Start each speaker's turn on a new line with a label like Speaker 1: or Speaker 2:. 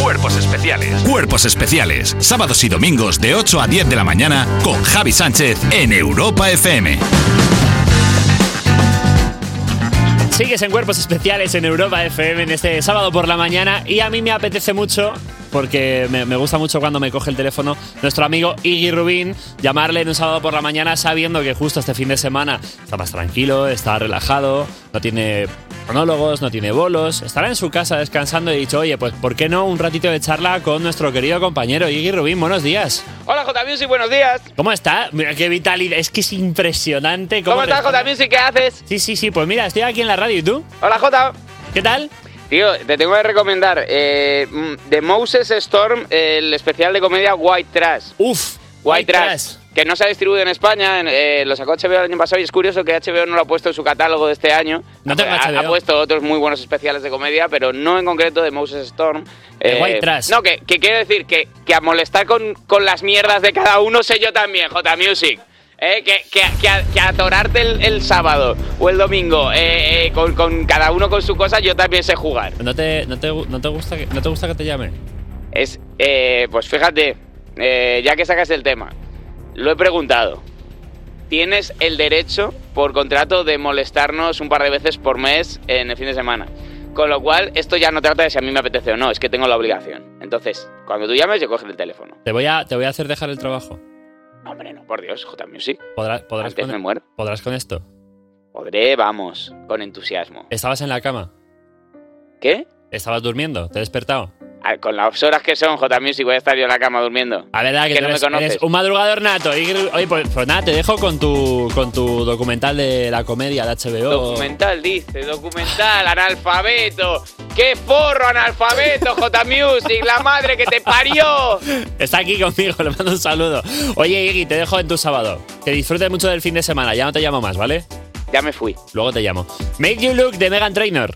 Speaker 1: Cuerpos especiales.
Speaker 2: Cuerpos especiales. Sábados y domingos de 8 a 10 de la mañana con Javi Sánchez en Europa FM.
Speaker 3: Sigues en Cuerpos Especiales en Europa FM en este sábado por la mañana y a mí me apetece mucho, porque me, me gusta mucho cuando me coge el teléfono nuestro amigo Iggy Rubín, llamarle en un sábado por la mañana sabiendo que justo este fin de semana está más tranquilo, está relajado, no tiene monólogos, no tiene bolos, estará en su casa descansando y he dicho, oye, pues ¿por qué no un ratito de charla con nuestro querido compañero Iggy Rubín? Buenos días.
Speaker 4: Hola J Music, buenos días.
Speaker 3: ¿Cómo está? Mira qué vitalidad, es que es impresionante.
Speaker 4: ¿Cómo, estás
Speaker 3: responde.
Speaker 4: J Music? ¿Qué haces?
Speaker 3: Sí, sí, sí, pues mira, estoy aquí en la radio y tú.
Speaker 4: Hola J.
Speaker 3: ¿Qué tal?
Speaker 4: Tío, te tengo que recomendar eh, mm, de Moses Storm el especial de comedia White Trash.
Speaker 3: Uf,
Speaker 4: White Trash. Que no se ha distribuido en España, en, eh, lo sacó HBO el año pasado y es curioso que HBO no lo ha puesto en su catálogo de este año.
Speaker 3: No tengo
Speaker 4: ha, ha
Speaker 3: HBO.
Speaker 4: puesto otros muy buenos especiales de comedia, pero no en concreto de Moses Storm. Eh,
Speaker 3: De White Trash.
Speaker 4: No, que, que quiero decir que, que a molestar con, con las mierdas de cada uno sé yo también, J Music. Eh, que, que, que a- que atorarte el, el sábado o el domingo eh, eh, con, con cada uno con su cosa, yo también sé jugar.
Speaker 3: ¿No te, no te, no te gusta, que, ¿No te gusta que te llame?
Speaker 4: Es, eh, pues fíjate, eh, ya que sacas el tema, lo he preguntado. Tienes el derecho por contrato de molestarnos un par de veces por mes en el fin de semana. Con lo cual, esto ya no trata de si a mí me apetece o no, es que tengo la obligación. Entonces, cuando tú llames, yo coge el teléfono.
Speaker 3: Te voy a, te voy a hacer dejar el trabajo.
Speaker 4: No, hombre, no, por Dios, J Music.
Speaker 3: ¿Podrás, podrás,
Speaker 4: Antes me
Speaker 3: con,
Speaker 4: muero.
Speaker 3: podrás con esto?
Speaker 4: Podré, vamos, con entusiasmo.
Speaker 3: ¿Estabas en la cama?
Speaker 4: ¿Qué?
Speaker 3: ¿Estabas durmiendo? ¿Te he despertado?
Speaker 4: Ah, Con las horas que son, J Music, voy a estar yo en la cama durmiendo.
Speaker 3: A verdad que,
Speaker 4: Que
Speaker 3: tú
Speaker 4: no me
Speaker 3: eres,
Speaker 4: conoces.
Speaker 3: eres un madrugador nato. Y- Oye, pues, pues nada, te dejo con tu, con tu documental de la comedia de HBO.
Speaker 4: Documental, dice, documental, analfabeto. ¡Qué forro analfabeto, J Music! ¡La madre que te parió!
Speaker 3: Está aquí conmigo, le mando un saludo. Oye, Iggy, te dejo en tu sábado. Que disfrutes mucho del fin de semana. Ya no te llamo más, ¿vale?
Speaker 4: Ya me fui.
Speaker 3: Luego te llamo. Make You Look de Megan Trainor.